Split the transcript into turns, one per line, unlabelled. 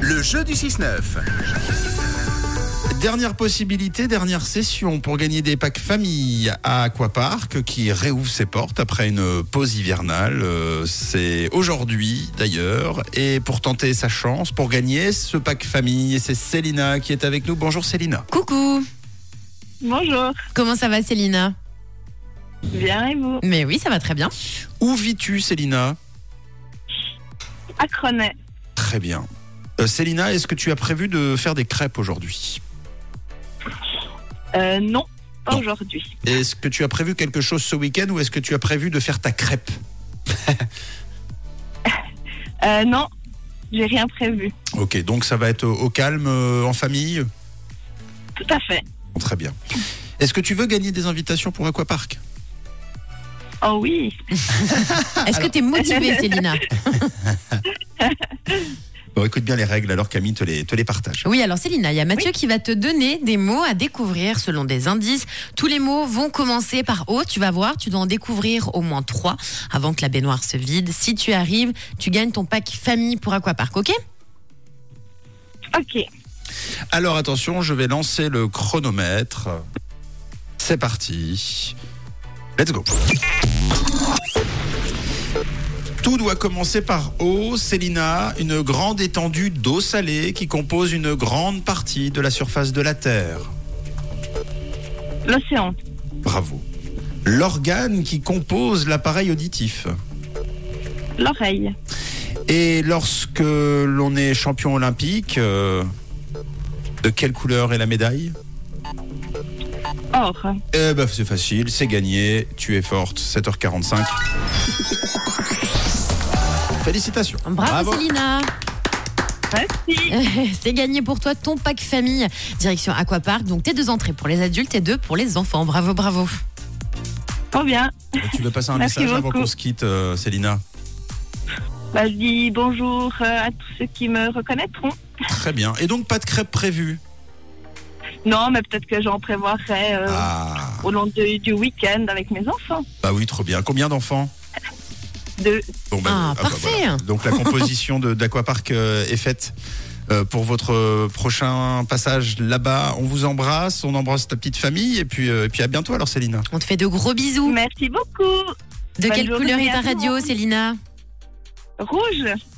Le jeu du 6-9.
Dernière possibilité, dernière session pour gagner des packs famille à Aquapark qui réouvre ses portes après une pause hivernale. Euh, C'est aujourd'hui d'ailleurs. Et pour tenter sa chance, pour gagner ce pack famille, c'est Célina qui est avec nous. Bonjour Célina.
Coucou
Bonjour,
Comment ça va Célina
bien et vous
Mais oui, ça va très bien.
Où vis-tu Célina
À Cronay.
Très bien. Euh, Célina, est-ce que tu as prévu de faire des crêpes aujourd'hui
Euh, non, pas
Non.
aujourd'hui.
Est-ce que tu as prévu quelque chose ce week-end ou est-ce que tu as prévu de faire ta crêpe
Euh, non, j'ai rien prévu.
Ok, donc ça va être au- au calme, euh, en famille
Tout à fait.
Bon, Très bien. Est-ce que tu veux gagner des invitations pour Aquapark
Oh oui,
Est-ce que t'es motivée Célina
Bon, écoute bien les règles, alors Camille te les, te les partage.
Oui, alors Célina, il y a Mathieu qui va te donner des mots à découvrir selon des indices. Tous les mots vont commencer par O, tu vas voir, tu dois en découvrir au moins trois avant que la baignoire se vide. Si tu arrives, tu gagnes ton pack famille pour Aquapark, ok
ok.
Alors attention, je vais lancer le chronomètre. C'est parti. Let's go. Tout doit commencer par eau, Célina, une grande étendue d'eau salée qui compose une grande partie de la surface de la Terre.
L'océan,
Bravo. L'organe qui compose l'appareil auditif.
l'oreille,
Et lorsque l'on est champion olympique, euh, de quelle couleur est la médaille
or,
Eh ben c'est facile, c'est gagné, tu es forte, 7h45. Félicitations.
Bravo, Célina
merci.
C'est gagné pour toi ton pack famille direction Aquapark. Donc tes deux entrées pour les adultes et deux pour les enfants. Bravo, bravo
Trop bien.
Tu veux passer un
Merci
message avant
beaucoup.
qu'on se quitte, euh, Célina
Bah, je dis bonjour euh, à tous ceux qui me reconnaîtront.
Très bien. Et donc pas de crêpes prévues
Non, mais peut-être que j'en prévoirai euh,
Ah,
au long de- du week-end avec mes enfants.
bah oui, trop bien. Combien d'enfants
De...
Bon,
Ah,
bah
parfait.
voilà. Donc la composition de- d'Aquapark euh, est faite euh, pour votre euh, prochain passage là-bas. On vous embrasse, on embrasse ta petite famille et puis, euh, et puis à bientôt alors Céline.
On te fait de gros bisous.
Merci beaucoup.
de
bonne
quelle
journée
couleur est
à
ta
tout le
radio,
monde.
Célina
Rouge,